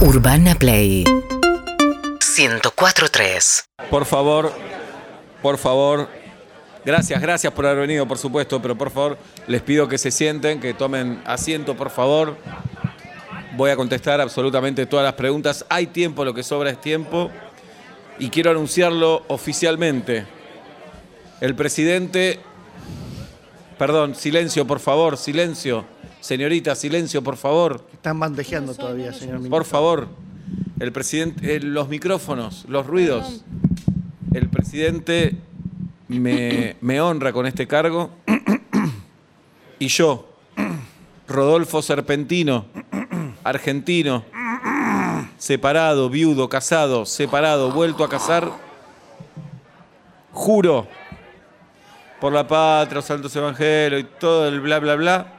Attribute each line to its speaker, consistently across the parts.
Speaker 1: Urbana Play 104.3
Speaker 2: Por favor, por favor. Gracias, gracias por haber venido, por supuesto, pero por favor, les pido que se sienten, que tomen asiento, por favor. Voy a contestar absolutamente todas las preguntas. Hay tiempo, lo que sobra es tiempo. Y quiero anunciarlo oficialmente. El presidente. Perdón, silencio, por favor, silencio. Señorita, silencio, por favor.
Speaker 3: Están bandejeando todavía, señor ministro.
Speaker 2: Por favor, el presidente, eh, los micrófonos, los ruidos. El presidente me, me honra con este cargo y yo, Rodolfo Serpentino, argentino, separado, viudo, casado, separado, vuelto a casar, juro por la patria, los santos evangelios y todo el bla, bla, bla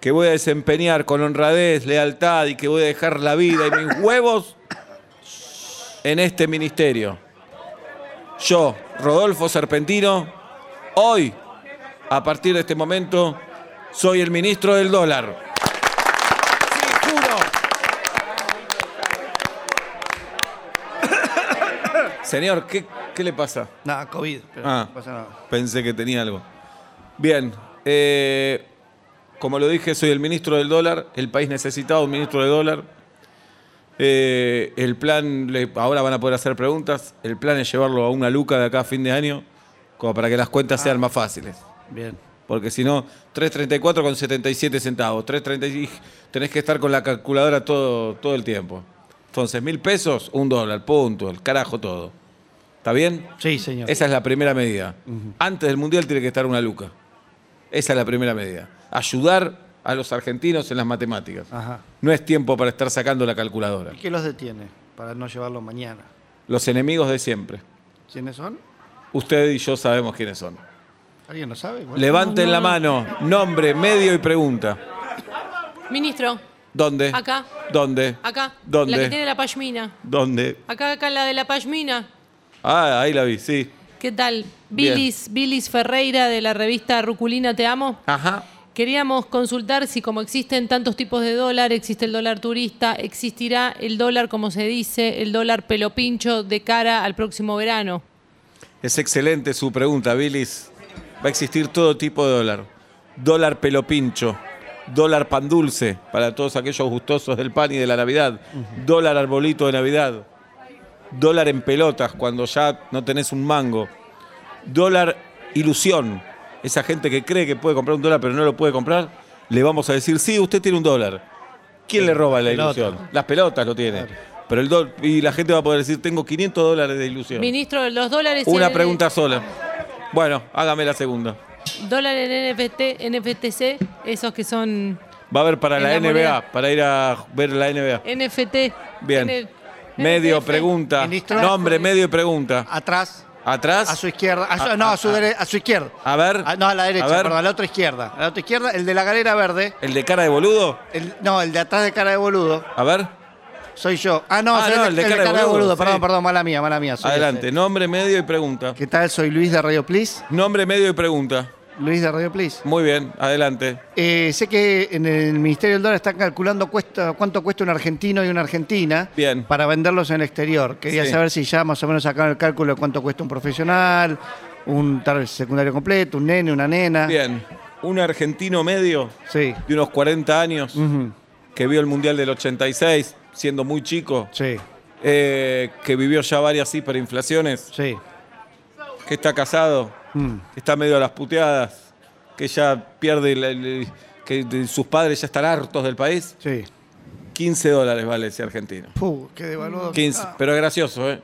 Speaker 2: que voy a desempeñar con honradez, lealtad y que voy a dejar la vida y mis huevos en este ministerio. Yo, Rodolfo Serpentino, hoy, a partir de este momento, soy el ministro del dólar. Sí, juro. Señor, ¿qué, qué le pasa?
Speaker 3: Nada, COVID, pero
Speaker 2: Ah.
Speaker 3: no pasa nada.
Speaker 2: Pensé que tenía algo. Bien, eh, como lo dije, soy el ministro del dólar. El país necesitaba un ministro del dólar. Eh, el plan, le- ahora van a poder hacer preguntas. El plan es llevarlo a una luca de acá a fin de año, como para que las cuentas sean más fáciles.
Speaker 3: Bien.
Speaker 2: Porque si no, 3.34 con 77 centavos. 3.36, tenés que estar con la calculadora todo, todo el tiempo. Entonces, mil pesos, un dólar, punto, el carajo todo. ¿Está bien?
Speaker 3: Sí, señor.
Speaker 2: Esa es la primera medida. Antes del Mundial tiene que estar una luca. Esa es la primera medida. Ayudar a los argentinos en las matemáticas.
Speaker 3: Ajá.
Speaker 2: No es tiempo para estar sacando la calculadora.
Speaker 3: ¿Y qué los detiene para no llevarlo mañana?
Speaker 2: Los enemigos de siempre.
Speaker 3: ¿Quiénes son?
Speaker 2: Usted y yo sabemos quiénes son.
Speaker 3: ¿Alguien lo sabe? Bueno.
Speaker 2: Levanten la mano, nombre, medio y pregunta.
Speaker 4: Ministro,
Speaker 2: ¿Dónde?
Speaker 4: Acá.
Speaker 2: ¿Dónde?
Speaker 4: acá.
Speaker 2: ¿Dónde?
Speaker 4: La que tiene la pashmina.
Speaker 2: ¿Dónde?
Speaker 4: Acá, acá, la de la pashmina.
Speaker 2: Ah, ahí la vi, sí.
Speaker 4: ¿Qué tal?
Speaker 2: Bien.
Speaker 4: Bilis, Bilis Ferreira de la revista Ruculina Te Amo.
Speaker 2: Ajá.
Speaker 4: Queríamos consultar si como existen tantos tipos de dólar, existe el dólar turista, existirá el dólar, como se dice, el dólar pelopincho de cara al próximo verano.
Speaker 2: Es excelente su pregunta, Billis. Va a existir todo tipo de dólar. Dólar pelopincho, dólar pan dulce, para todos aquellos gustosos del pan y de la Navidad. Dólar arbolito de Navidad. Dólar en pelotas, cuando ya no tenés un mango. Dólar ilusión. Esa gente que cree que puede comprar un dólar pero no lo puede comprar, le vamos a decir, sí, usted tiene un dólar. ¿Quién le roba la
Speaker 3: pelotas.
Speaker 2: ilusión? Las pelotas lo tiene. Pero el dólar, y la gente va a poder decir, tengo 500 dólares de ilusión.
Speaker 4: Ministro, los dólares...
Speaker 2: Una
Speaker 4: en-
Speaker 2: pregunta sola. Bueno, hágame la segunda.
Speaker 4: Dólar en NFT, NFTC, esos que son
Speaker 2: Va a haber para
Speaker 4: En
Speaker 2: la,
Speaker 4: la
Speaker 2: NBA,
Speaker 4: moneda.
Speaker 2: para ir a ver la NBA.
Speaker 4: NFT.
Speaker 2: Bien.
Speaker 4: N-
Speaker 2: medio
Speaker 4: NTF.
Speaker 2: pregunta.
Speaker 3: Ministro.
Speaker 2: Nombre, medio y pregunta.
Speaker 3: Atrás,
Speaker 2: Atrás.
Speaker 3: a su izquierda. a su- no, a su, dere- a su izquierda.
Speaker 2: Ah, A ver.
Speaker 3: Ah, no, a la derecha,
Speaker 2: A ver.
Speaker 3: perdón, a la otra izquierda. A la otra izquierda, el de la galera verde.
Speaker 2: El de cara de boludo.
Speaker 3: El, no, el de atrás de cara de boludo.
Speaker 2: A ver.
Speaker 3: Soy yo. Ah, no,
Speaker 2: Ah,
Speaker 3: soy
Speaker 2: no,
Speaker 3: el, de, el de cara de boludo. Perdón,
Speaker 2: sí.
Speaker 3: perdón, mala mía, mala mía. soy
Speaker 2: Adelante.
Speaker 3: ese.
Speaker 2: Nombre, medio y pregunta.
Speaker 3: ¿Qué tal? Soy Luis de Radio Please.
Speaker 2: Nombre, medio y pregunta.
Speaker 3: Luis de Radio Please.
Speaker 2: Muy bien. Adelante.
Speaker 3: Eh, sé que en el Ministerio del Dólar están calculando cuesta- cuánto cuesta un argentino y una argentina
Speaker 2: Bien.
Speaker 3: para venderlos en el exterior. Quería
Speaker 2: Sí.
Speaker 3: saber si ya más o menos sacaron el cálculo de cuánto cuesta un profesional, un tal vez secundario completo, un nene, una nena.
Speaker 2: Bien. Un argentino medio
Speaker 3: Sí.
Speaker 2: de unos 40 años
Speaker 3: Ujú.
Speaker 2: que vio el Mundial del 86 siendo muy chico,
Speaker 3: Sí,
Speaker 2: eh, que vivió ya varias hiperinflaciones.
Speaker 3: sí.
Speaker 2: que está casado,
Speaker 3: Mm.
Speaker 2: que está medio a las puteadas, que ya pierde, la- el- que de- sus padres ya están hartos del país.
Speaker 3: Sí.
Speaker 2: 15 dólares vale ese argentino.
Speaker 3: Puh, qué devaluado.
Speaker 2: 15,
Speaker 3: Ah.
Speaker 2: pero es gracioso, ¿eh?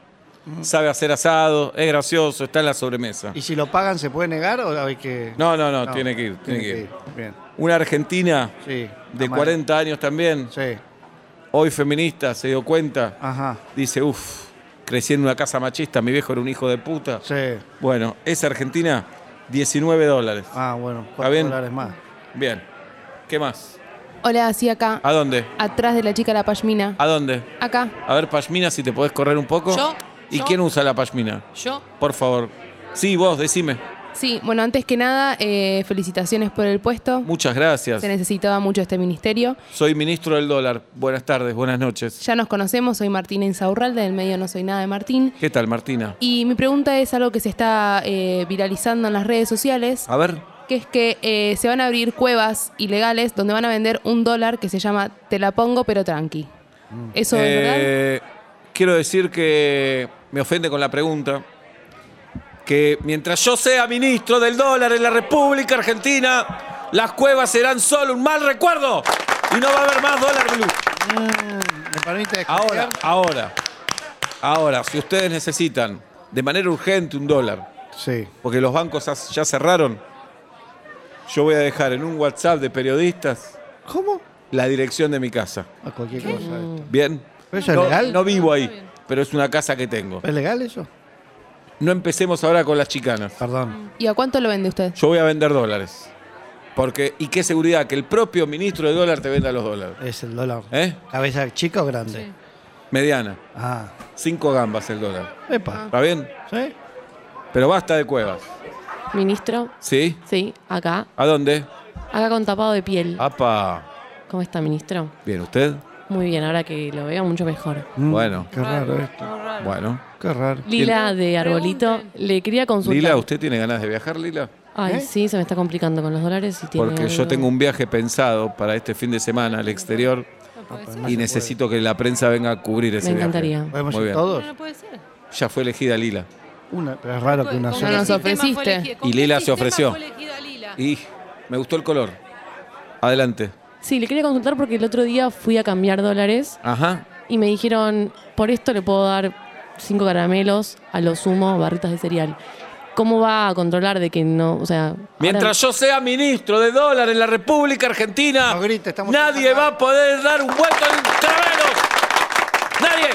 Speaker 2: Sabe hacer asado, es gracioso, está en la sobremesa.
Speaker 3: ¿Y si lo pagan, se puede negar o hay que.?
Speaker 2: No, no, no, tiene que ir, tiene que ir.
Speaker 3: Bien.
Speaker 2: Una argentina
Speaker 3: Sí.
Speaker 2: de
Speaker 3: Amar-
Speaker 2: 40 años también,
Speaker 3: Sí.
Speaker 2: hoy feminista, se dio cuenta,
Speaker 3: Ajá.
Speaker 2: dice, uff, crecí en una casa machista, mi viejo era un hijo de puta.
Speaker 3: Sí.
Speaker 2: Bueno, esa argentina, 19 dólares.
Speaker 3: Ah, bueno,
Speaker 2: bien?
Speaker 3: 4 dólares más.
Speaker 2: Bien, ¿qué más?
Speaker 5: Hola, sí, acá.
Speaker 2: ¿A dónde?
Speaker 5: Atrás de la chica la pashmina.
Speaker 2: ¿A dónde?
Speaker 5: Acá.
Speaker 2: A ver, Pashmina, si te podés correr un poco.
Speaker 4: Yo,
Speaker 2: ¿Y
Speaker 4: yo.
Speaker 2: quién usa la Pashmina?
Speaker 4: Yo,
Speaker 2: Por favor. Sí, vos, decime.
Speaker 5: Sí, bueno, antes que nada, eh, felicitaciones por el puesto.
Speaker 2: Muchas gracias.
Speaker 5: Se necesitaba mucho este ministerio.
Speaker 2: Soy ministro del dólar. Buenas tardes, buenas noches.
Speaker 5: Ya nos conocemos, soy Martina Insaurralde, del medio No Soy Nada de Martín.
Speaker 2: ¿Qué tal, Martina?
Speaker 5: Y mi pregunta es algo que se está eh, viralizando en las redes sociales,
Speaker 2: A ver,
Speaker 5: que es que eh, se van a abrir cuevas ilegales donde van a vender un dólar que se llama Te la pongo pero tranqui. ¿Eso es verdad?
Speaker 2: Mm. Eh, Quiero decir que me ofende con la pregunta. Que mientras yo sea ministro del dólar en la República Argentina, las cuevas serán solo un mal recuerdo y no va a haber más dólar blue.
Speaker 3: Ah, ¿Me permite
Speaker 2: Ahora,
Speaker 3: desconfiar?
Speaker 2: ahora, ahora, si ustedes necesitan de manera urgente un dólar,
Speaker 3: Sí.
Speaker 2: porque los bancos as- ya cerraron, yo voy a dejar en un WhatsApp de periodistas
Speaker 3: ¿Cómo?
Speaker 2: la dirección de mi casa.
Speaker 3: A cualquier cosa. esto.
Speaker 2: ¿Bien?
Speaker 3: ¿Pero eso es
Speaker 2: no,
Speaker 3: legal?
Speaker 2: no vivo ahí, pero es una casa que tengo.
Speaker 3: ¿Es legal eso?
Speaker 2: No empecemos ahora con las chicanas.
Speaker 3: Perdón.
Speaker 5: ¿Y a cuánto lo vende usted?
Speaker 2: Yo voy a vender dólares. Porque, ¿y qué seguridad? Que el propio ministro de dólar te venda los dólares.
Speaker 3: Es el dólar.
Speaker 2: ¿Eh?
Speaker 3: ¿Cabeza chica o grande?
Speaker 2: Mediana.
Speaker 3: Ah.
Speaker 2: Cinco gambas el dólar.
Speaker 3: Epa.
Speaker 2: ¿Está bien?
Speaker 3: ¿Sí?
Speaker 2: Pero basta de cuevas.
Speaker 1: Ministro,
Speaker 2: ¿Sí?
Speaker 1: sí, acá.
Speaker 2: ¿A dónde?
Speaker 1: Acá con tapado de piel.
Speaker 2: Apa.
Speaker 1: ¿Cómo está, ministro?
Speaker 2: ¿Bien usted?
Speaker 1: Muy bien, ahora que lo veo, mucho mejor.
Speaker 3: Mm,
Speaker 2: Bueno.
Speaker 3: Qué raro esto.
Speaker 4: No, raro.
Speaker 2: Bueno.
Speaker 3: Qué raro.
Speaker 1: Lila de Arbolito,
Speaker 4: Pregunten.
Speaker 1: le quería consultar.
Speaker 2: Lila, ¿usted tiene ganas de viajar, Lila?
Speaker 1: Ay,
Speaker 3: ¿Eh?
Speaker 1: sí, se me está complicando con los dólares y tiene
Speaker 2: Porque yo
Speaker 1: algo.
Speaker 2: tengo un viaje pensado para este fin de semana al exterior
Speaker 4: No puede ser.
Speaker 2: y necesito que la prensa venga a cubrir ese
Speaker 1: Me
Speaker 2: viaje.
Speaker 1: encantaría.
Speaker 3: ¿Podemos
Speaker 2: Muy
Speaker 3: ir
Speaker 2: bien.
Speaker 4: No,
Speaker 3: todos?
Speaker 4: no puede ser.
Speaker 2: Ya fue elegida Lila.
Speaker 3: Una, pero es raro que una
Speaker 4: ¿Con
Speaker 5: No
Speaker 4: qué
Speaker 3: sola.
Speaker 5: nos
Speaker 4: sistema
Speaker 5: ofreciste.
Speaker 4: fue elegida? ¿Con
Speaker 2: Y
Speaker 4: qué
Speaker 2: Lila se
Speaker 4: sistema
Speaker 2: ofreció.
Speaker 4: fue elegida Lila?
Speaker 2: Y me gustó el color. Adelante.
Speaker 1: Sí, le quería consultar porque el otro día fui a cambiar dólares
Speaker 2: Ajá.
Speaker 1: y me dijeron, por esto le puedo dar cinco caramelos, a lo sumo, barritas de cereal. ¿Cómo va a controlar de que no, o sea... ahora-
Speaker 2: Mientras yo sea ministro de dólar en la República Argentina,
Speaker 3: No grite, estamos
Speaker 2: nadie
Speaker 3: trabajando.
Speaker 2: va a poder dar un vuelto en caramelos. ¡Nadie!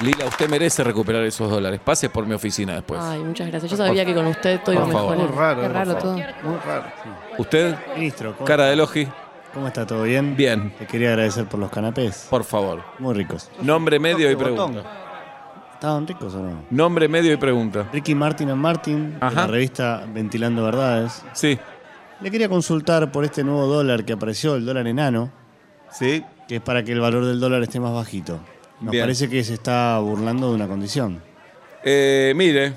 Speaker 2: Lila, usted merece recuperar esos dólares. Pase por mi oficina después.
Speaker 1: Ay, muchas gracias. Yo sabía que con usted todo iba a
Speaker 2: Por favor.
Speaker 1: mejorar.
Speaker 3: Muy raro.
Speaker 5: Qué raro
Speaker 3: por favor.
Speaker 5: todo.
Speaker 3: Muy raro. sí.
Speaker 2: ¿Usted?
Speaker 6: Ministro, ¿cómo,
Speaker 2: Cara de Logi,
Speaker 6: ¿cómo está? ¿Todo bien?
Speaker 2: Bien.
Speaker 6: Te quería agradecer por los canapés.
Speaker 2: por favor.
Speaker 6: Muy ricos.
Speaker 2: Nombre, medio y
Speaker 6: Toque, botón.
Speaker 2: pregunta.
Speaker 6: ¿Estaban ricos o no?
Speaker 2: Nombre, medio y pregunta.
Speaker 6: Ricky Martin and Martin, de
Speaker 2: Ajá.
Speaker 6: la revista Ventilando Verdades.
Speaker 2: Sí.
Speaker 6: Le quería consultar por este nuevo dólar que apareció, el dólar enano,
Speaker 2: Sí.
Speaker 6: que es para que el valor del dólar esté más bajito. Nos
Speaker 2: Bien.
Speaker 6: parece que se está burlando de una condición.
Speaker 2: Eh, mire,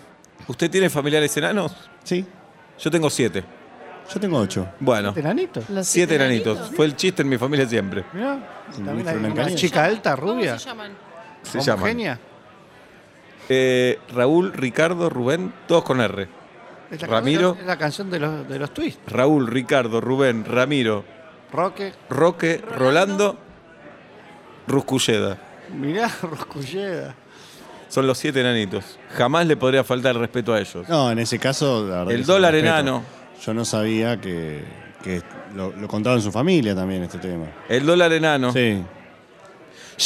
Speaker 2: ¿usted tiene familiares enanos?
Speaker 6: Sí,
Speaker 2: Yo tengo siete.
Speaker 6: yo tengo ocho.
Speaker 2: Bueno,
Speaker 3: ¿Enanito?
Speaker 5: Los
Speaker 2: siete enanitos. Fue el chiste en mi familia siempre.
Speaker 3: Mirá.
Speaker 6: Sí,
Speaker 3: También
Speaker 6: ministro,
Speaker 3: hay
Speaker 6: me
Speaker 3: una
Speaker 6: engañé.
Speaker 3: chica alta, rubia.
Speaker 4: ¿Cómo se llaman?
Speaker 2: Se llaman.
Speaker 3: Homogénea.
Speaker 2: Eh, Raúl, Ricardo, Rubén, todos con R.
Speaker 3: Es la
Speaker 2: Ramiro.
Speaker 3: canción- Es la canción de los, de los twists.
Speaker 2: Raúl, Ricardo, Rubén, Ramiro,
Speaker 3: Roque.
Speaker 2: Roque, Rolando, Rusculleda.
Speaker 3: Mirá, Rosculleda.
Speaker 2: Son los siete enanitos. Jamás le podría faltar el respeto a ellos.
Speaker 6: No, en ese caso, la verdad
Speaker 2: El
Speaker 6: que se lo
Speaker 2: dólar
Speaker 6: respeto.
Speaker 2: enano.
Speaker 6: Yo no sabía que, que lo, lo contaba en su familia también este tema.
Speaker 2: El dólar enano.
Speaker 6: Sí.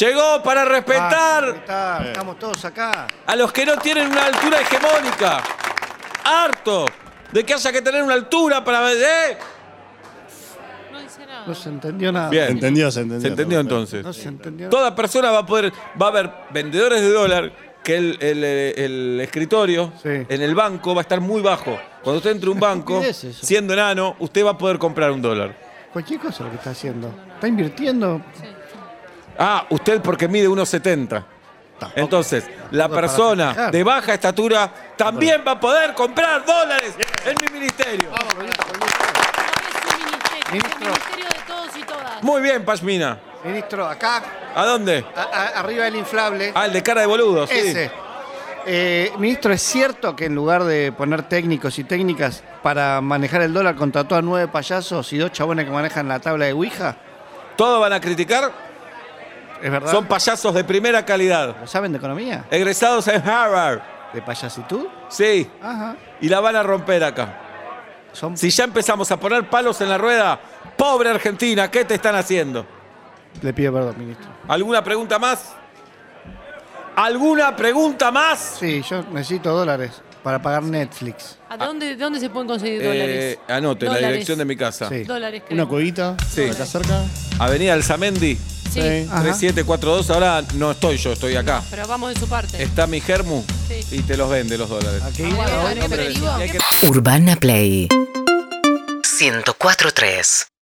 Speaker 2: Llegó para
Speaker 3: Ah,
Speaker 2: respetar
Speaker 3: respetar, Estamos todos acá.
Speaker 2: a los que no tienen una altura hegemónica. Harto de que haya que tener una altura para... ¿eh?
Speaker 4: No dice nada.
Speaker 3: No se entendió nada.
Speaker 2: Bien.
Speaker 6: Se entendió, se entendió.
Speaker 2: ¿Se entendió entonces?
Speaker 3: No se entendió nada.
Speaker 2: Toda persona va a poder, va a haber vendedores de dólar que el, el- el escritorio
Speaker 3: Sí.
Speaker 2: en el banco va a estar muy bajo. Cuando usted entre a un banco,
Speaker 3: ¿Qué es eso?
Speaker 2: siendo enano, usted va a poder comprar un dólar.
Speaker 3: Cualquier cosa lo que está haciendo. Está invirtiendo.
Speaker 2: Ah, usted porque mide 1,70. Entonces, la
Speaker 3: Todo para
Speaker 2: persona
Speaker 3: festejar.
Speaker 2: de baja estatura también va a poder comprar dólares en mi ministerio.
Speaker 4: No es un ministerio, es un
Speaker 3: Ministro.
Speaker 4: ministerio de todos y todas.
Speaker 2: Muy bien, Pashmina.
Speaker 3: Ministro, acá,
Speaker 2: ¿A dónde?
Speaker 3: a- a- arriba del inflable.
Speaker 2: Ah, el de cara de boludo. sí.
Speaker 3: Ese. Eh, ministro, ¿es cierto que en lugar de poner técnicos y técnicas para manejar el dólar contrató a nueve payasos y dos chabones que manejan la tabla de Ouija?
Speaker 2: Todos van a criticar.
Speaker 3: ¿Es verdad?
Speaker 2: Son payasos de primera calidad.
Speaker 3: ¿Lo ¿Saben de economía?
Speaker 2: Egresados en Harvard.
Speaker 3: ¿De payasitud?
Speaker 2: Sí.
Speaker 3: Ajá.
Speaker 2: y la van a romper acá.
Speaker 3: Son
Speaker 2: Si ya empezamos a poner palos en la rueda, pobre Argentina, ¿qué te están haciendo?
Speaker 3: Le pido perdón, ministro.
Speaker 2: ¿Alguna pregunta más? ¿Alguna pregunta más?
Speaker 3: Sí, yo necesito dólares para pagar Netflix.
Speaker 4: ¿A dónde, de dónde se pueden conseguir dólares?
Speaker 2: Eh, anote la
Speaker 4: Dólares.
Speaker 2: dirección de mi casa.
Speaker 3: Sí.
Speaker 4: Dólares.
Speaker 6: Una
Speaker 4: queremos.
Speaker 6: cuevita,
Speaker 2: Sí.
Speaker 6: acá cerca.
Speaker 2: Avenida Alzamendi,
Speaker 4: Sí.
Speaker 3: Ajá.
Speaker 2: 3742, ahora no estoy yo, estoy acá.
Speaker 4: Pero vamos de su parte.
Speaker 2: Está mi germu
Speaker 4: Sí. Ah,
Speaker 2: y te los vende los dólares.
Speaker 3: Aquí. Ah,
Speaker 4: Bueno,
Speaker 3: ahora.
Speaker 4: bueno, pero digo-
Speaker 2: Y hay que-
Speaker 7: Urbana Play 1043